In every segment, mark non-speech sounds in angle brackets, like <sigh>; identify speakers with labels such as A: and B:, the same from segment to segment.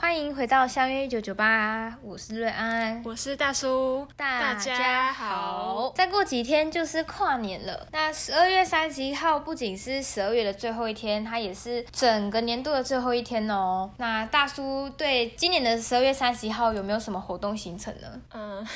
A: 欢迎回到相约一九九八，我是瑞安。
B: 我是大叔，
A: 大
B: 家好。
A: 再过几天就是跨年了。那十二月三十一号不仅是十二月的最后一天，它也是整个年度的最后一天哦。那大叔对今年的十二月三十一号有没有什么活动行程呢？
B: 嗯，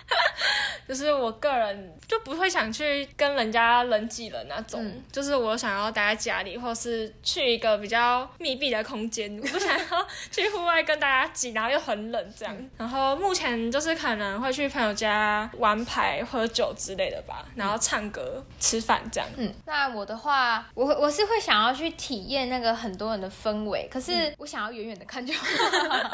B: <laughs> 就是我个人就不会想去跟人家人挤人那种，
A: 嗯
B: 就是我想要待在家里，或是去一个比较密闭的空间，我不想要去户外跟大家挤，然后又很冷这样。
A: 嗯
B: 然后目前就是可能会去朋友家玩牌、喝酒之类的吧，然后唱歌、吃饭这样。
A: 嗯，那我的话，我会我是会想要去体验那个很多人的氛围，可
B: 嗯
A: 是我想要远远的看就
B: <laughs>
A: 好。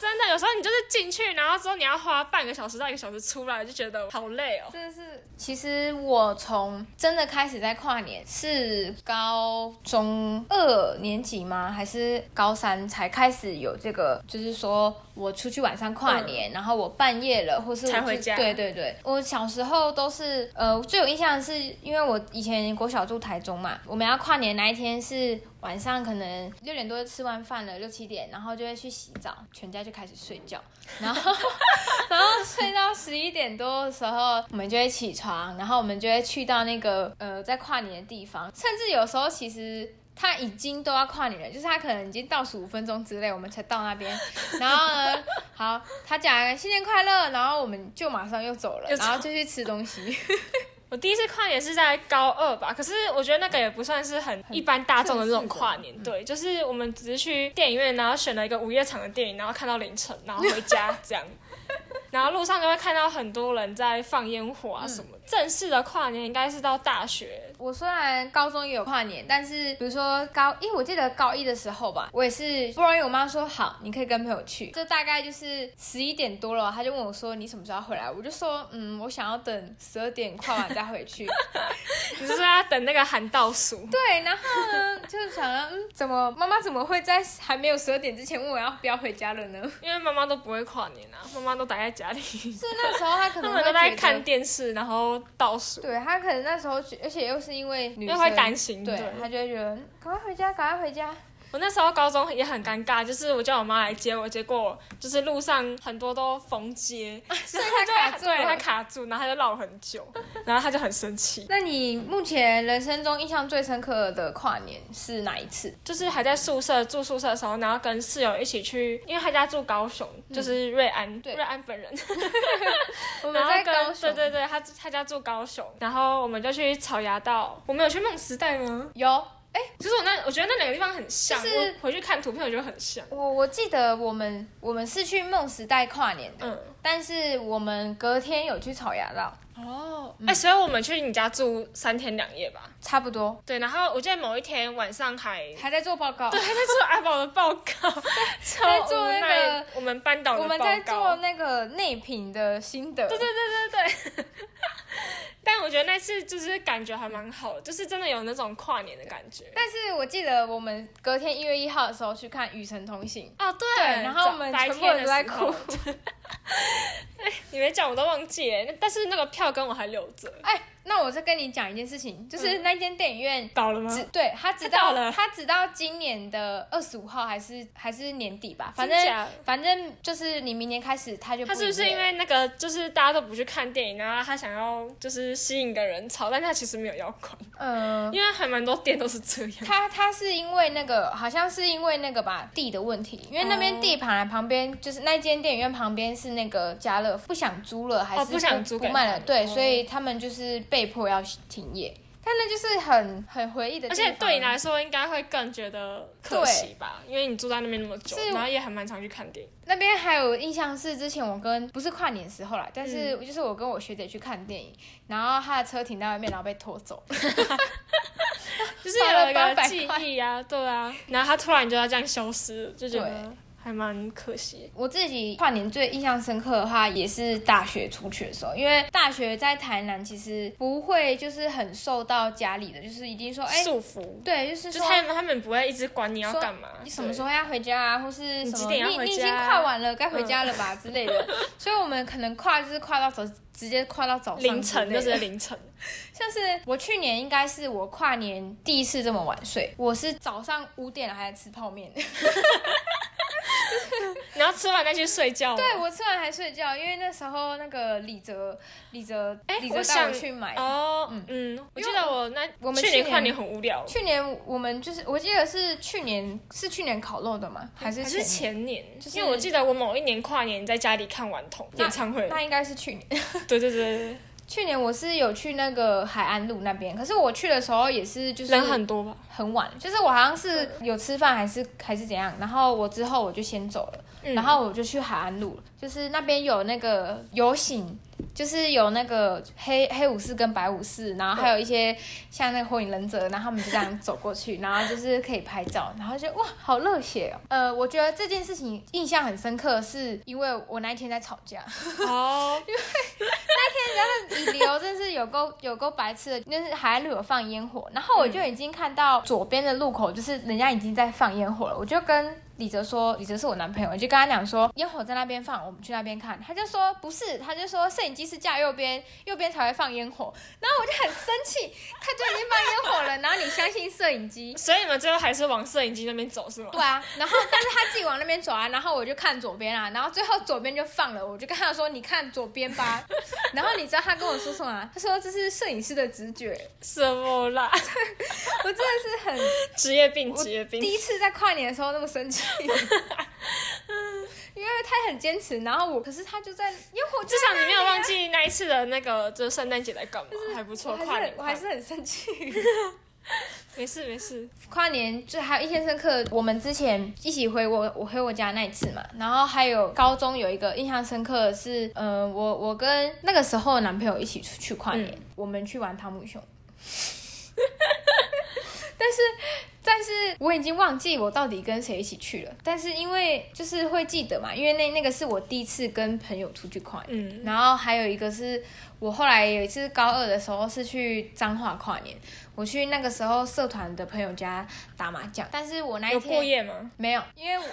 B: 真的，有时候你就是进去，然后之后你要花半个小时到一个小时出来，就觉得好累哦。
A: 真的是，其实我从真的开始在跨年是高中二年级吗？还是高三才开始有这个？就是说我出去晚上跨年，然后我半夜了，或是我
B: 才
A: 自
B: 回家
A: 对对对，我小时候都是呃最有印象的是，因为我以前国小住台中嘛，我们要跨年那一天是。晚上可能六点多吃完饭了，六七点，然后就会去洗澡，全家就开始睡觉，然后 <laughs> 然后睡到十一点多的时候，我们就会起床，然后我们就会去到那个呃在跨年的地方，甚至有时候其实。他已经都要跨年了，就是他可能已经倒数五分钟之类，我们才到那边。然后呢，好，他讲新年快乐，然后我们就马上又走了，
B: 又走
A: 然后就去吃东西。 <laughs>
B: 我第一次跨年是在高二吧，可是我觉得那个也不算是很一般大众的那种跨年，
A: 嗯
B: 对，就是我们只是去电影院，然后选了一个午夜场的电影，然后看到凌晨，然后回家这样。 <laughs> 然后路上就会看到很多人在放烟火啊什么
A: 嗯
B: 的。正式的跨年应该是到大学，
A: 我虽然高中也有跨年，但是比如说高一，我记得高一的时候吧，我也是不容易，我妈说好，你可以跟朋友去。这大概就是十一点多了，她就问我说你什么时候要回来？我就说嗯，我想要等十二点跨完再回去。 <laughs>
B: 你是说要等那个喊倒数？
A: 对，然后呢，就是想要嗯，怎么妈妈怎么会在还没有十二点之前问我要不要回家了呢？ <laughs>
B: 因为妈妈都不会跨年啊，妈妈都待在家里，
A: 是那时候她可
B: 他
A: 能
B: 们
A: 会
B: 都
A: 觉
B: 在
A: 得
B: 看电视，然后倒数，
A: 对她可能那时候觉，而且又是因为女
B: 因为
A: 生
B: 会担心。
A: 对，她就会觉得嗯赶快回家，赶快回家。
B: 我那时候高中也很尴尬，就是我叫我妈来接我，结果就是路上很多都封街，
A: 所以她
B: 对
A: 卡住
B: 对，
A: 了
B: 她卡住，然后她就绕很久，然后她就很生气，
A: 那你目前人生中印象最深刻的跨年是哪一次？
B: 就是还在宿舍住宿舍的时候，然后跟室友一起去，因为她家住高雄，就是瑞安，
A: 嗯对
B: 瑞安本人，
A: 我们
B: 然后
A: 在
B: 跟
A: 高雄，
B: 对对对，她她家住高雄，然后我们就去草芽道，我们有去梦时代吗？
A: 有哎、
B: 就是我那我觉得那两个地方很像，
A: 就是
B: 我回去看图片我觉得很像，
A: 我我记得我们我们是去梦时代跨年的，
B: 嗯。
A: 但是我们隔天有去草芽道，
B: 哦，
A: 嗯
B: 哎、所以我们去你家住三天两夜吧？
A: 差不多
B: 对，然后我记得某一天晚
A: <laughs>
B: 上还
A: 还在做报告。
B: 还在做阿宝的报告，
A: 在
B: 超
A: 做
B: 无
A: 那
B: 奈
A: 个
B: 我们班导的
A: 我
B: 报告。
A: 们在做那个内品的心得，
B: 对对对对对。但我觉得那次就是感觉还蛮好的，就是真的有那种跨年的感觉。
A: 但是我记得我们隔天一月一号的时候去看《与神同行
B: 哦，对，》，
A: 然后我们
B: 白
A: 全部
B: 天
A: 人
B: 的
A: 都在
B: 时
A: 哭
B: 候。。你没讲我都忘记了，但是那个票跟我还留着。
A: 哎、那我再跟你讲一件事情，
B: 嗯
A: 就是那间电影院
B: 倒了吗？
A: 只对他直
B: <laughs> 他
A: 到
B: 到嗯了
A: 他直到今年的二十五号还是还是年底吧，反
B: 真假
A: 正反正就是你明年开始他就
B: 他是不
A: 营
B: 是
A: 业
B: 因
A: 了
B: 为那个就是大家都不去看电影，然后他想要就是吸引个人潮，但他其实没有要管，
A: 呃
B: 因为还蛮多店都是这样。
A: 他他是因为那个好像是因为那个吧地的问题，因为那边
B: 哦
A: 地盘旁边就是那间电影院旁边是那个家乐福，不想租了还是
B: 哦不想租
A: 不
B: 给
A: 卖
B: 他
A: 了，
B: 们
A: 对，
B: 哦
A: 所以他们就是被迫要停业。但那就是很很回忆的地
B: 而
A: 方，
B: 且对你来说，应该会更觉得可惜吧，因为你住在那边那么久
A: 是，
B: 然后也还蛮常去看电影。
A: 那边还有印象是之前我跟不是跨年时候啦，但是
B: 嗯
A: 就是我跟我学姐去看电影，然后她的车停在外面，然后被拖
B: <laughs>
A: 走。
B: 就是
A: 花
B: 有
A: 了
B: 一
A: 800
B: 个
A: 块
B: 记忆啊，对啊，然后他突然就要这样消失，就觉
A: 对
B: 得还蛮可惜。
A: 我自己跨年最印象深刻的话，也是大学出去的时候，因为大学在台南其实不会就是很受到家里的，就是一定说哎，
B: 束缚，
A: 对，就是
B: 就
A: 说。
B: 他们他们不会一直管你要
A: 说
B: 干嘛，
A: 你什么时候要回家啊，或是
B: 你
A: 什
B: 几
A: 么
B: 点要
A: 你
B: 回
A: 你已
B: 家嗯
A: 经跨完了，该回啊家了吧、之类的，所以我们可能跨就是跨到早，直接跨到早上
B: 对凌
A: 之
B: 晨
A: 类
B: 就
A: 的
B: 是凌晨，
A: 像是我去年应该是我跨年第一次这么晚睡，我是早上五点还在吃泡面，
B: 然后吃完再去睡觉吗。
A: 对 <laughs> 我吃完还睡觉，因为那时候那个李哲，李哲，
B: 哎
A: 李
B: 我
A: 哲带
B: 想
A: 我去买。
B: 哦，嗯，我记得我那
A: 我们
B: 去
A: 去
B: 年
A: 年
B: 跨年很无聊，
A: 去年我们就是，我记得是去年是去年烤肉的吗？还是
B: 还是
A: 前
B: 前年，
A: 就是
B: 因为我记得我某一年跨年在家里看顽童
A: 那
B: 演唱会
A: 年？，那应该是去年。
B: 对对对对，
A: 去年我是有去那个海岸路那边，可是我去的时候也是就
B: 对
A: 是
B: 人很多吧？
A: 很晚，就是我好像是有吃饭还是还是怎样，然后我之后我就先走了，
B: 嗯
A: 然后我就去海岸路了，就是那边有那个游行，就是有那个黑黑武士跟白武士，然后还有一些像那个火影忍者，然后他们就这样走过去， <laughs> 然后就是可以拍照，然后就哇好热血哦。呃，我觉得这件事情印象很深刻，是因为我那一天在吵架。
B: 哦，
A: 遗留真是有够有够白痴的，就是海岸路有放烟火，然后我就已经看到左边的路口，就是人家已经在放烟火了，我就跟李哲说，李哲是我男朋友，我就跟他讲说烟火在那边放，我们去那边看，他就说不是，他就说摄影机是架右边，右边才会放烟火，然后我就很生气，他就已经放烟火了，然后你相信摄影机？
B: <laughs> 所以你们最后还是往摄影机那边走是吗？
A: 对啊，然后但是他自己往那边走啊，然后我就看左边啊，然后最后左边就放了，我就跟他说：“你看左边吧。” <laughs> 然后你知道他跟我说什么、啊？他说这是摄影师的直觉。
B: 什么啦？ <laughs>
A: 我真的是很
B: 职业病，职业
A: 第
B: 病。
A: 一次在跨年的时候那么生
B: <laughs>
A: 气，因为他很坚持，然后我可是他就在，因为我
B: 至少你没有忘记那一次的那个，就是圣诞节在干嘛，还不
A: 我
B: 错。
A: 还是
B: 跨年
A: 很，我还
B: 跨
A: 是很生气。
B: 年没事没事。
A: 跨年就还有印象深刻，我们之前一起回我我回我家那一次嘛，然后还有高中有一个印象深刻的是，呃，我我跟那个时候的男朋友一起出去跨年，
B: 嗯
A: 我们去玩汤姆熊，但是但是我已经忘记我到底跟谁一起去了，但是因为就是会记得嘛，因为那那个是我第一次跟朋友出去跨年，
B: 嗯，
A: 然后还有一个是我后来有一次高二的时候是去彰化跨年，我去那个时候社团的朋友家打麻将，但是我那一
B: 有过
A: 天 <laughs>
B: 夜吗？
A: 没有，因为我
B: 通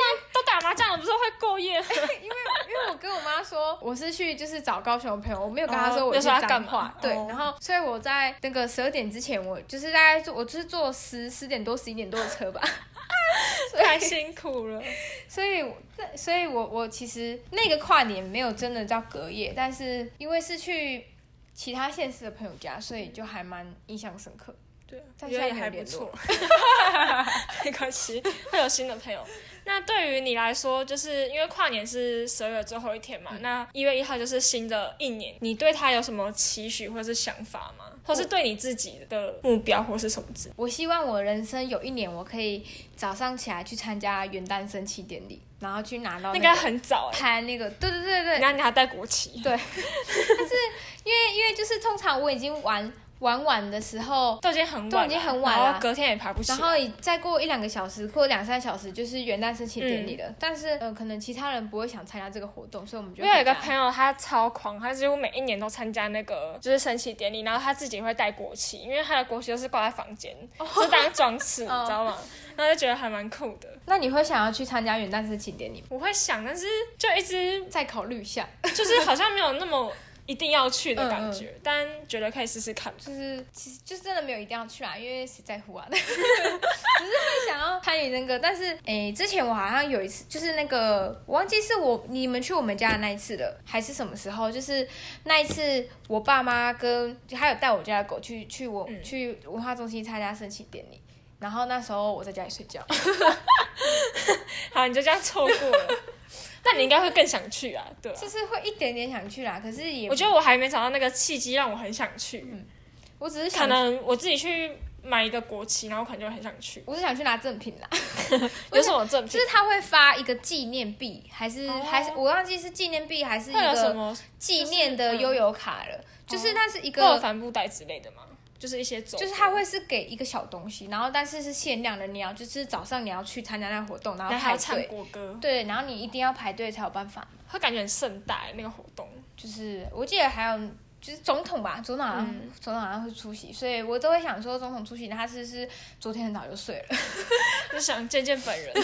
B: 常都打麻将了，不是会过
A: <laughs>
B: 夜吗？
A: 因为因为我跟我妈
B: <laughs>
A: 说我是去就是找高雄的朋友，我没有跟她说
B: 哦
A: 我去
B: 那时候她
A: 彰
B: 干
A: 化
B: 嘛，
A: 对
B: 哦，
A: 然后所以我在那个十二点之前，我就是大概坐我就是坐十十点多十一点多的车吧， <laughs>
B: 太辛苦了。
A: 所以我，那所以我我其实那个跨年没有真的叫隔夜，但是因为是去其他县市的朋友家，所以就还蛮印象深刻。
B: 对啊，
A: 但
B: 觉得也
A: 现在没有
B: 还不
A: 联
B: 错 <laughs>
A: 络，
B: 没关系，会有新的朋友。那对于你来说，就是因为跨年是十二月最后一天嘛，
A: 嗯
B: 那一月一号就是新的一年，你对它有什么期许或是想法吗？或是对你自己的目标或是什么之类？
A: 我希望我人生有一年，我可以早上起来去参加元旦升旗典礼，然后去拿到
B: 那
A: 哦那
B: 应该
A: 个
B: 很早哎、
A: 拍那个，对对对对
B: 欸，，然后你还带国旗，
A: 因为因为就是通常我已经玩玩晚的时候，
B: 都已经很晚了，
A: 都已经很晚了
B: 然后隔天也爬不起
A: 然
B: 来。
A: 后再过一两个小时或两三小时就是元旦升旗典礼了，但是呃可能其他人不会想参加这个活动，所以我们就
B: 我有一个
A: 回家
B: 朋友，他超狂，他几乎每一年都参加那个就是升旗典礼，然后他自己会带国旗，因为他的国旗都是挂在房间，就当装饰，你知道吗？然后就觉得还蛮酷的。
A: 那你会想要去参加元旦升旗典礼吗？
B: 我会想，但是就一直
A: 再考虑一下，
B: 就是好像没有那么一定要去的感觉，但觉得可以试试看。
A: 就是其实就是真的没有一定要去啦，因为谁在乎啊？ <laughs> 只是会想要参与那个，但是诶、之前我好像有一次，就是那个我忘记是我你们去我们家的那一次了，还是什么时候？就是那一次我爸妈跟还有带我家的狗去去我、
B: 嗯
A: 去文化中心参加升旗典礼。然后那时候我在家里睡觉，
B: 好，你就这样错过了。但你应该会更想去啊，
A: <laughs>
B: 对啊
A: 就是会一点点想去啦，可是也
B: 我觉得我还没找到那个契机让我很想去，
A: 我只是
B: 可
A: 想，
B: 能我自己去买一个国旗，然后可能就很想去。
A: 我是想去拿赠品啦。 <laughs>
B: 有什么赠
A: 就
B: 品？
A: 是他会发一个纪念币，还是、
B: 哦
A: 还是我忘记是纪念币还是一
B: 会有什
A: 个
B: 么
A: 纪念
B: 嗯
A: 的悠游卡了，
B: 就
A: 就是是那是一
B: 会有
A: 个，
B: 帆布袋之类的吗？就是一些走，
A: 就是他，会是给一个小东西，然后但是是限量的，你要就是早上你要去参加那个活动，然后
B: 然后还
A: 排
B: 要唱
A: 队，
B: 国歌，
A: 对，然后你一定要排队才有办法。
B: 会感觉很盛大那个活动。
A: 就是我记得还有就是总统吧，总统好像、
B: 嗯
A: 总统好像会出席，所以我都会想说总统出
B: <laughs>
A: 席，他是不是昨天很早就睡了？ <laughs>
B: 就想见见本人。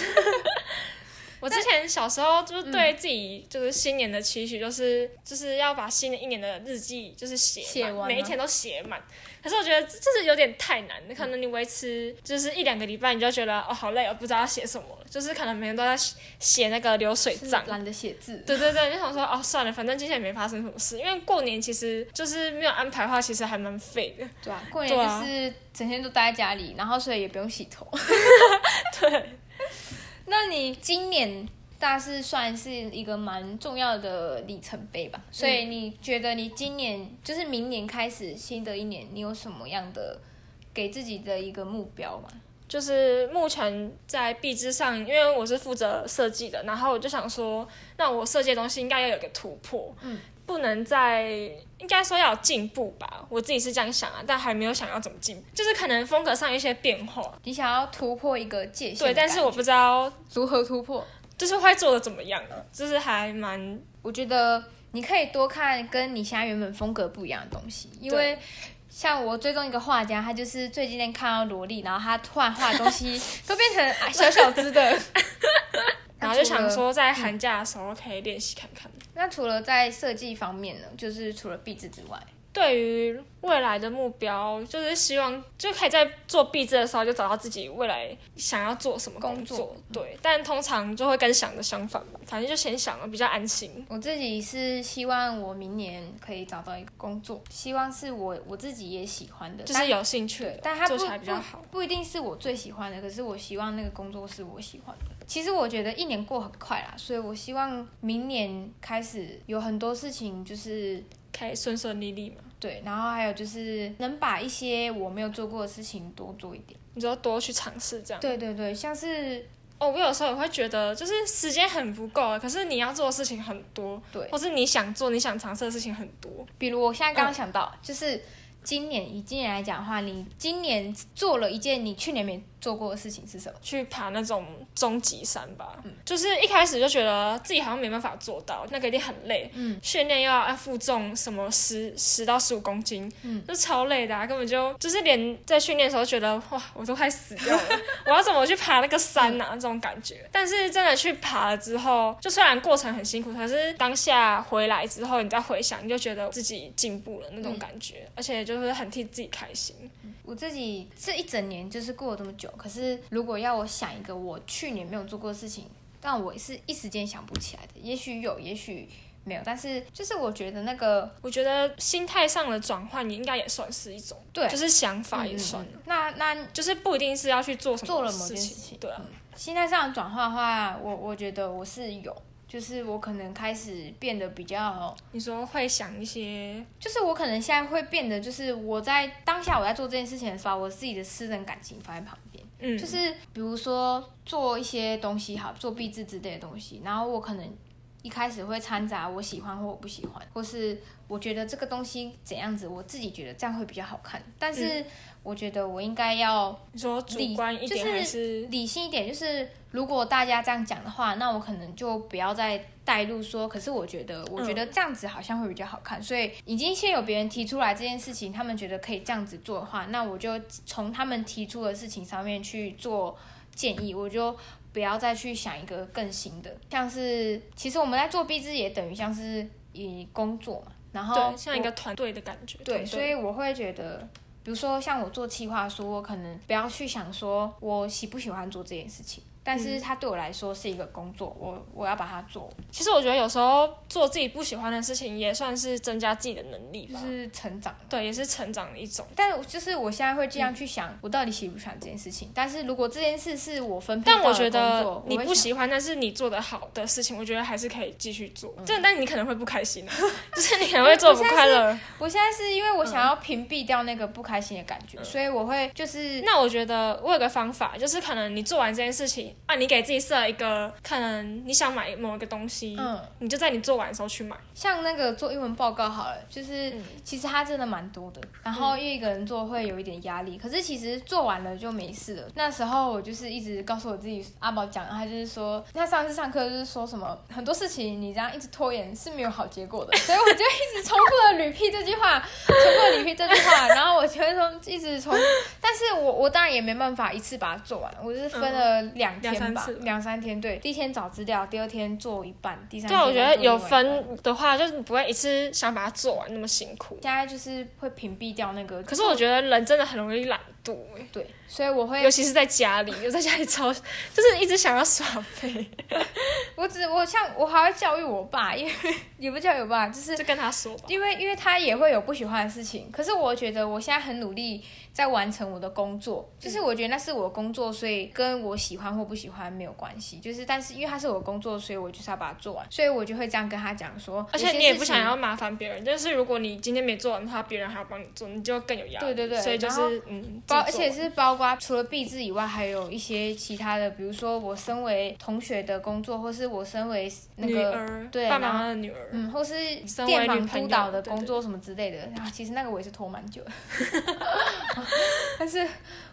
B: 我之前小时候就是对自己就是新年的期许，就是、就是要把新的一年的日记就是写
A: 写
B: 满
A: 完吗
B: 每一天都写满。可是我觉得这这是有点太难，可能你维持就是一两个礼拜，你就觉得哦好累，哦，不知道要写什么了，就是可能每天都在写写那个流水
A: 是
B: 账。
A: 懒得写字。
B: 对对对，就想说哦算了，反正今天也没发生什么事，因为过年其实就是没有安排的话，其实还蛮废的。
A: 对啊，过年
B: 对啊
A: 就是整天都待在家里，然后所以也不用洗头。
B: <laughs> 对，
A: <laughs> 那你今年大致算是一个蛮重要的里程碑吧？所以你觉得你今年就是明年开始新的一年，你有什么样的给自己的一个目标吗？
B: 就是目前在壁纸上，因为我是负责设计的，然后我就想说，那我设计的东西应该要有一个突破，
A: 嗯，
B: 不能再应该说要有进步吧，我自己是这样想啊，但还没有想要怎么进步，就是可能风格上有一些变化，
A: 你想要突破一个界限
B: 对，
A: 感，
B: 但是我不知道
A: 如何突破？
B: 就是会做的怎么样，啊就是还蛮
A: 我觉得你可以多看跟你现在原本风格不一样的东西，因为像我追踪一个画家，他就是最近天看到萝莉，然后他突然画的东西都变成啊小小只的，
B: <laughs> 然后就想
A: 那除了。嗯
B: 说在寒假的时候可以练习看看。
A: 那除了在设计方面呢，就是除了壁纸之外，
B: 对于未来的目标，就是希望就可以在做毕制的时候就找到自己未来想要做什么工作。
A: 工作
B: 对，但通常就会跟想的相反吧，反正就先想了比较安心。
A: 我自己是希望我明年可以找到一个工作，希望是我我自己也喜欢的，
B: 就
A: 但
B: 是有兴趣的
A: 对，，但它不
B: 做起来比较好。
A: 不，不一定是我最喜欢的，可是我希望那个工作是我喜欢的。其实我觉得一年过很快啦，所以我希望明年开始有很多事情就是
B: 可以顺顺利利嘛。
A: 对，然后还有就是能把一些我没有做过的事情多做一点。
B: 你就要多去尝试这样。
A: 对对对，像是
B: 哦，我有时候也会觉得，就是时间很不够啊，可是你要做的事情很多，
A: 对
B: 或是你想做、你想尝试的事情很多。
A: 比如我现在刚
B: 嗯
A: 刚想到，就是今年以今年来讲的话，你今年做了一件你去年没做过的事情是什么？
B: 去爬那种终极山吧，
A: 嗯
B: 就是一开始就觉得自己好像没办法做到，那个一定很累，
A: 嗯
B: 训练要要负重什么十十到十五公斤，
A: 嗯
B: 就超累的、啊，根本就就是连在训练的时候觉得哇，我都快死
A: <laughs>
B: 掉了，我要怎么去爬那个山啊？
A: 嗯
B: 这种感觉。但是真的去爬了之后，就虽然过程很辛苦，可是当下回来之后，你再回想，你就觉得自己进步了
A: 嗯
B: 那种感觉，而且就是很替自己开心。
A: 我自己这一整年就是过了这么久，可是如果要我想一个我去年没有做过的事情，但我是一时间想不起来的。也许有，也许没有，但是就是我觉得那个
B: 我觉得心态上的转换，你应该也算是一种，
A: 对
B: 就是想法也算，
A: 嗯那那
B: 就是不一定是要去做什么
A: 做了某
B: 事
A: 件事
B: 情，
A: 情嗯
B: 对啊，
A: 心态上的转换的话，我我觉得我是有，就是我可能开始变得比较。
B: 你说会想一些，
A: 就是我可能现在会变得，就是我在当下我在做这件事情的时候，把我自己的私人感情放在旁边。
B: 嗯，
A: 就是比如说做一些东西好，做壁纸之类的东西，然后我可能一开始会掺杂我喜欢或我不喜欢，或是我觉得这个东西怎样子，我自己觉得这样会比较好看，但是我觉得我应该要
B: 你说主
A: 理
B: 观一点
A: 就是
B: 还是
A: 理性一点，就是如果大家这样讲的话，那我可能就不要再带入说，可是我觉得，我
B: 嗯
A: 觉得这样子好像会比较好看，所以已经先有别人提出来这件事情，他们觉得可以这样子做的话，那我就从他们提出的事情上面去做建议，我就。不要再去想一个更新的，像是其实我们在做壁纸也等于像是以工作嘛，然后
B: 对，像一
A: 我
B: 个团队的感觉，
A: 对，
B: 团队
A: 所以我会觉得，比如说像我做企划书，我可能不要去想说我喜不喜欢做这件事情，但
B: 嗯
A: 是它对我来说是一个工作，我我要把它做，
B: 其实我觉得有时候做自己不喜欢的事情，也算是增加自己的能力
A: 就
B: 吧，
A: 是成长。
B: 对，也是成长的一种。
A: 但我就是我现在会这
B: 嗯
A: 样去想，我到底喜不喜欢这件事情。但是如果这件事是我分配
B: 但
A: 到
B: 我
A: 的
B: 觉
A: 工作
B: 得你
A: 我会
B: 不
A: 想
B: 喜欢，但是你做的好的事情，我觉得还是可以继续做。这、但你可能会不开心、啊， <laughs> 就是你可能会做不快乐。
A: 嗯我现在是因为我
B: 嗯
A: 想要屏蔽掉那个不开心的感觉，所以我会就是
B: 那我觉得我有个方法，就是可能你做完这件事情啊，你给自己设一个，可能你想买某一个东西，
A: 嗯
B: 你就在你做完的时候去买。
A: 像那个做英文报告好了，就是、
B: 嗯
A: 其实它真的蛮多的，然后一个人做会有一点压力，可是其实做完了就没事了。那时候我就是一直告诉我自己，阿宝讲，他就是说，他上次上课就是说什么很多事情你这样一直拖延是没有好结
B: <laughs>
A: 果的，所以我就一直重复的 repeat 这句话，重复的 repeat 这句话，然后我就会说一直重复，但是我我当然也没办法一次把它做完，我就是分了两两
B: 嗯两
A: 天
B: 三
A: 吧
B: 次吧，
A: 两三天。对，第一天找资料，第二天做一半，第三
B: 对，啊
A: 天
B: 我觉
A: 再
B: 得
A: 做
B: 有
A: 另外一半。
B: 分的话，就是不会一次想把它做完那么辛苦。
A: 现在就是会屏蔽掉那个，
B: 可是我觉得人真的很容易懒惰、欸
A: 嗯对，所以我会
B: 尤其是在家里，就在家里超，就是一直想要耍
A: <laughs>
B: 废，
A: 我只我像我还会教育我爸，因为 <laughs> 也不是教育我爸，就是
B: 就跟他说吧。
A: 因为因为他也会有不喜欢的事情，可是我觉得我现在很努力在完成我的工作，
B: 嗯
A: 就是我觉得那是我的工作，所以跟我喜欢或不喜欢没有关系，就是但是因为他是我的工作，所以我就是要把它做完，所以我就会这样跟他讲说，
B: 而
A: 有
B: 且
A: 些
B: 你也
A: 事
B: 不
A: 情
B: 想要麻烦别人，就是如果你今天没做完的话，别人还要帮你做，你就更有压力。
A: 对对对
B: 所以就
A: 然后
B: 是嗯，
A: 包，而
B: 自己做
A: 且是包括除了毕制以外，还有一些其他的，比如说我身为同学的工作，或是我身为那
B: 女
A: 个
B: 儿，
A: 对
B: 爸
A: 然
B: 妈
A: 后
B: 的女儿，
A: 嗯，或是
B: 身为
A: 电
B: 女
A: 访
B: 朋
A: 督
B: 友
A: 导的
B: 对对
A: 工作什么之类的。啊，其实那个我也是拖蛮久的，但是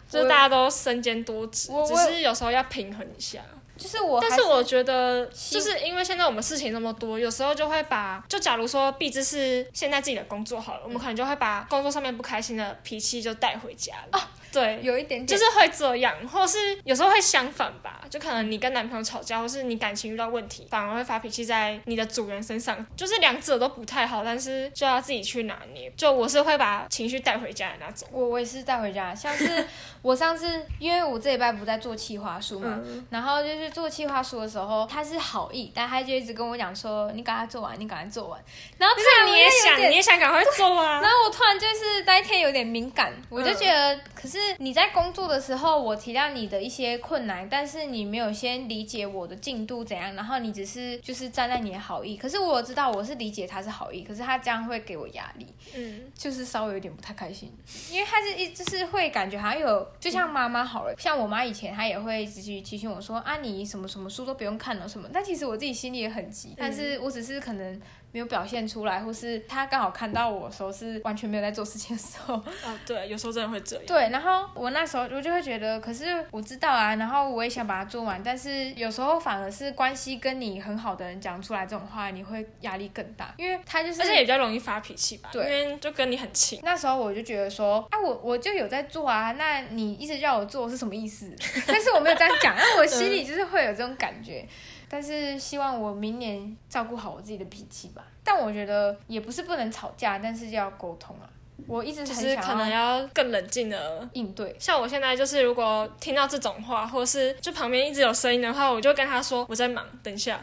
B: 就是大家都身兼多职
A: 我，
B: 只
A: 我
B: 是有时候要平衡一下。
A: 就是我还
B: 但是我觉得，
A: 希
B: 就是因为现在我们事情那么多，有时候就会把，就假如说毕之是现在自己的工作好了，我
A: 嗯
B: 们可能就会把工作上面不开心的脾气就带回家
A: 哦
B: 了。对，
A: 有一点点
B: 就是会这样，或是有时候会相反吧，就可能你跟男朋友吵架，或是你感情遇到问题，反而会发脾气在你的主人身上，就是两者都不太好，但是就要自己去拿捏。就我是会把情绪带回家的那种，
A: 我我也是带回家，像
B: <laughs>
A: 是我上次，因为我这礼拜不在做企划书嘛，
B: 嗯
A: 然后就是做企划书的时候，他是好意，但他就一直跟我讲说，你赶快做完，你赶快做完。然后突然
B: 你
A: 啊我
B: 也
A: 就有
B: 想，你
A: 点，
B: 也想赶快做啊
A: <laughs> 然。后我突然就是那一天有点敏感，我就
B: 嗯
A: 觉得，可是你在工作的时候，我体谅你的一些困难，但是你没有先理解我的进度怎样，然后你只是就是站在你的好意，可是我知道我是理解他是好意，可是他这样会给我压力。
B: 嗯，
A: 就是稍微有点不太开心，因为他是一就是会感觉好像有，就像妈妈好了，像我妈以前她也会一直去提醒我说啊，你什么什么书都不用看了什么，但其实我自己心里也很急，但是我只是可能没有表现出来，或是她刚好看到我的时候是完全没有在做事情的时候，
B: <laughs>
A: <laughs>
B: 哦，对，有时候真的会这样。
A: 对，然后我那时候我就会觉得，可是我知道啊，然后我也想把它做完，但是有时候反而是关系跟你很好的人讲出来这种话，你会压力更大，因为他就是
B: 而且也比较容易发脾气吧，因
A: 对
B: 为就跟你很亲。
A: 那时候我就觉得说，啊，我我就有在做啊，那你一直让我做是什么意思？ <laughs> 但是我没有这样讲，那我心里就是会有这种感觉。但是希望我明年照顾好我自己的脾气吧。但我觉得也不是不能吵架，但是要沟通啊。我一直
B: 就
A: 很
B: 是可
A: 想
B: 能
A: 要
B: 要更冷静的。
A: 应对，
B: 像我现在就是，如果听到这种话，或是就旁边一直有声音的话，我就跟他说我在忙，等一下，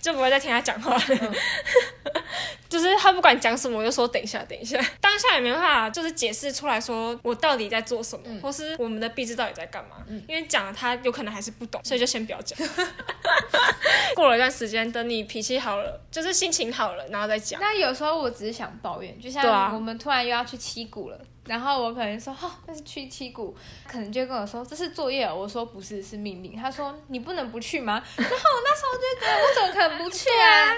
B: 就不会再听他讲话了。 <laughs> 就是他不管讲什么，我就说等一下，等一下。当下也没办法，就是解释出来说我到底在做什么，或是我们的壁纸到底在干嘛。因为讲了他有可能还是不懂，所以就先不要讲。过了一段时间，等你脾气好了，就是心情好了，然后再讲。
A: 那有时候我只是想抱怨，就
B: 对啊
A: 像我们突然又要去七股了，然后我可能说 <laughs> 哦，那是去七股，可能就跟我说这是作业哦，我说不是，是命令。他说你不能不去吗？ <laughs> 然后我那时候就觉得我怎么可能不 <laughs> 去啊？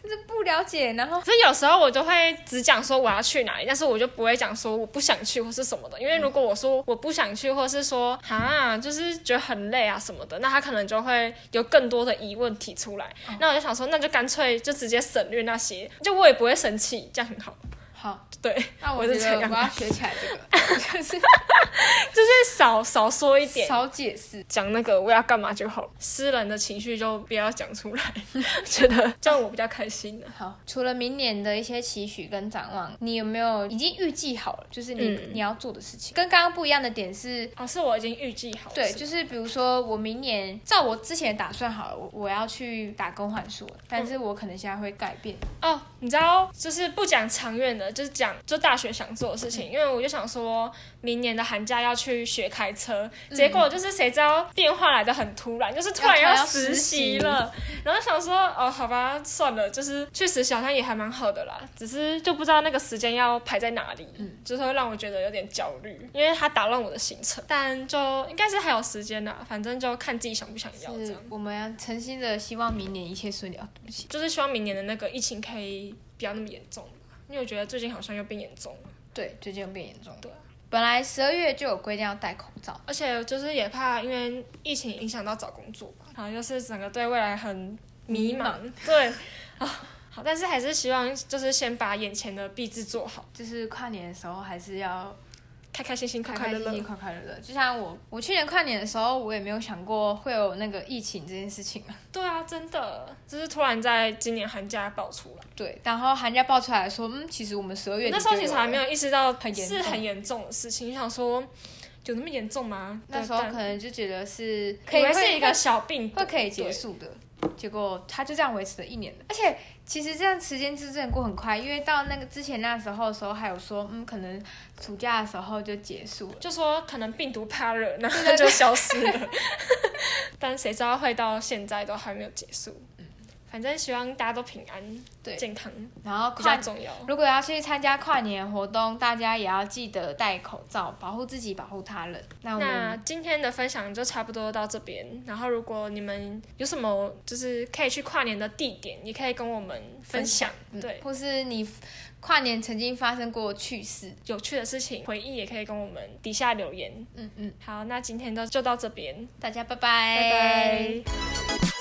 A: 就是不了解，然后
B: 可是有时候我就会只讲说我要去哪里，但是我就不会讲说我不想去或是什么的，因为如果我说我不想去，或是说哈，就是觉得很累啊什么的，那他可能就会有更多的疑问提出来。
A: 哦
B: 那我就想说，那就干脆就直接省略那些，就我也不会生气，这样很好。
A: 好，
B: 对， <laughs>
A: 那我
B: 我
A: 觉
B: 是
A: 得
B: 这样
A: 我要学起来这个，就是
B: 就是少少说一点。
A: 少解释。
B: 讲那个我要干嘛就好，私人的情绪就不要讲出来， <laughs> 我觉得这样我比较开心的、
A: 好，除了明年的一些期许跟展望，你有没有已经预计好了？就是你、
B: 嗯
A: 你要做的事情，跟刚刚不一样的点是，
B: 哦，是我已经预计好了，
A: 对，
B: 是吗
A: 就是比如说我明年照我之前的打算好了，我我要去打工换宿了，
B: 嗯
A: 但是我可能现在会改变。
B: 哦，你知道，就是不讲长远的，就是讲就大学想做的事
A: 嗯
B: 情。因为我就想说，明年的寒假要去学开车，
A: 嗯
B: 结果就是谁知道电话来的很突然，就是突然
A: 要突然
B: 要
A: 要
B: 实
A: 实
B: 习
A: 习
B: 了，然后想说，哦，好吧，算了，就是去实习好像也还蛮好的啦，只是就不知道那个时间要排在哪里，
A: 嗯
B: 就是会让我觉得有点焦虑，因为它打乱我的行程。但就应该是还有时间啦，反正就看自己想不想要这
A: 是
B: 样。
A: 我们要诚心的希望明年一切顺利。哦，对不起，
B: 就是希望明年的那个疫情可以不要那么严重吧，因为我觉得最近好像又变严重了，
A: 对，最近又变严重了。
B: 对啊
A: 本来十二月就有规定要戴口罩，
B: 而且就是也怕因为疫情影响到找工作吧，然后就是整个对未来很迷茫， <laughs> 对啊。好，但是还是希望就是先把眼前的币制做好，
A: 就是跨年的时候还是要
B: 开开心心、快
A: 开
B: 快
A: 开
B: 乐
A: 心
B: 乐
A: 心、。快快乐乐。就像我，我去年跨年的时候，我也没有想过会有那个疫情这件事情啊。
B: 对啊，真的，就是突然在今年寒假爆出来，
A: 对，然后寒假爆出来说，嗯，其实我们十二月底
B: 那时候
A: 就
B: 其实还没
A: 了，
B: 有意识到
A: 很严重
B: 是很严重的事情，想说有那么严重吗？
A: 那时候可能就觉得是可
B: 以
A: 以
B: 为
A: 会
B: 是一个小病毒，
A: 会可以结
B: 对。
A: 束的。结果他就这样维持了一年了，而且其实这样时间之真的过很快，因为到那个之前那时候的时候，还有说嗯，可能暑假的时候就结束了。
B: 就说可能病毒怕热，然后就消失
A: <laughs>
B: 了。但谁知道会到现在都还没有结束。反正希望大家都平安、
A: 对
B: 健康
A: 然后
B: 比
A: 跨
B: 较重要。
A: 如果要去参加跨年活动，大家也要记得戴口罩，保护自己，保护他人。那我
B: 那
A: 们
B: 今天的分享就差不多到这边。然后，如果你们有什么就是可以去跨年的地点，也可以跟我们分享。
A: 嗯
B: 对，
A: 或是你跨年曾经发生过趣事，
B: 有趣的事情、回忆也可以跟我们底下留言。
A: 嗯嗯，
B: 好，那今天就就到这边，
A: 大家拜
B: 拜拜。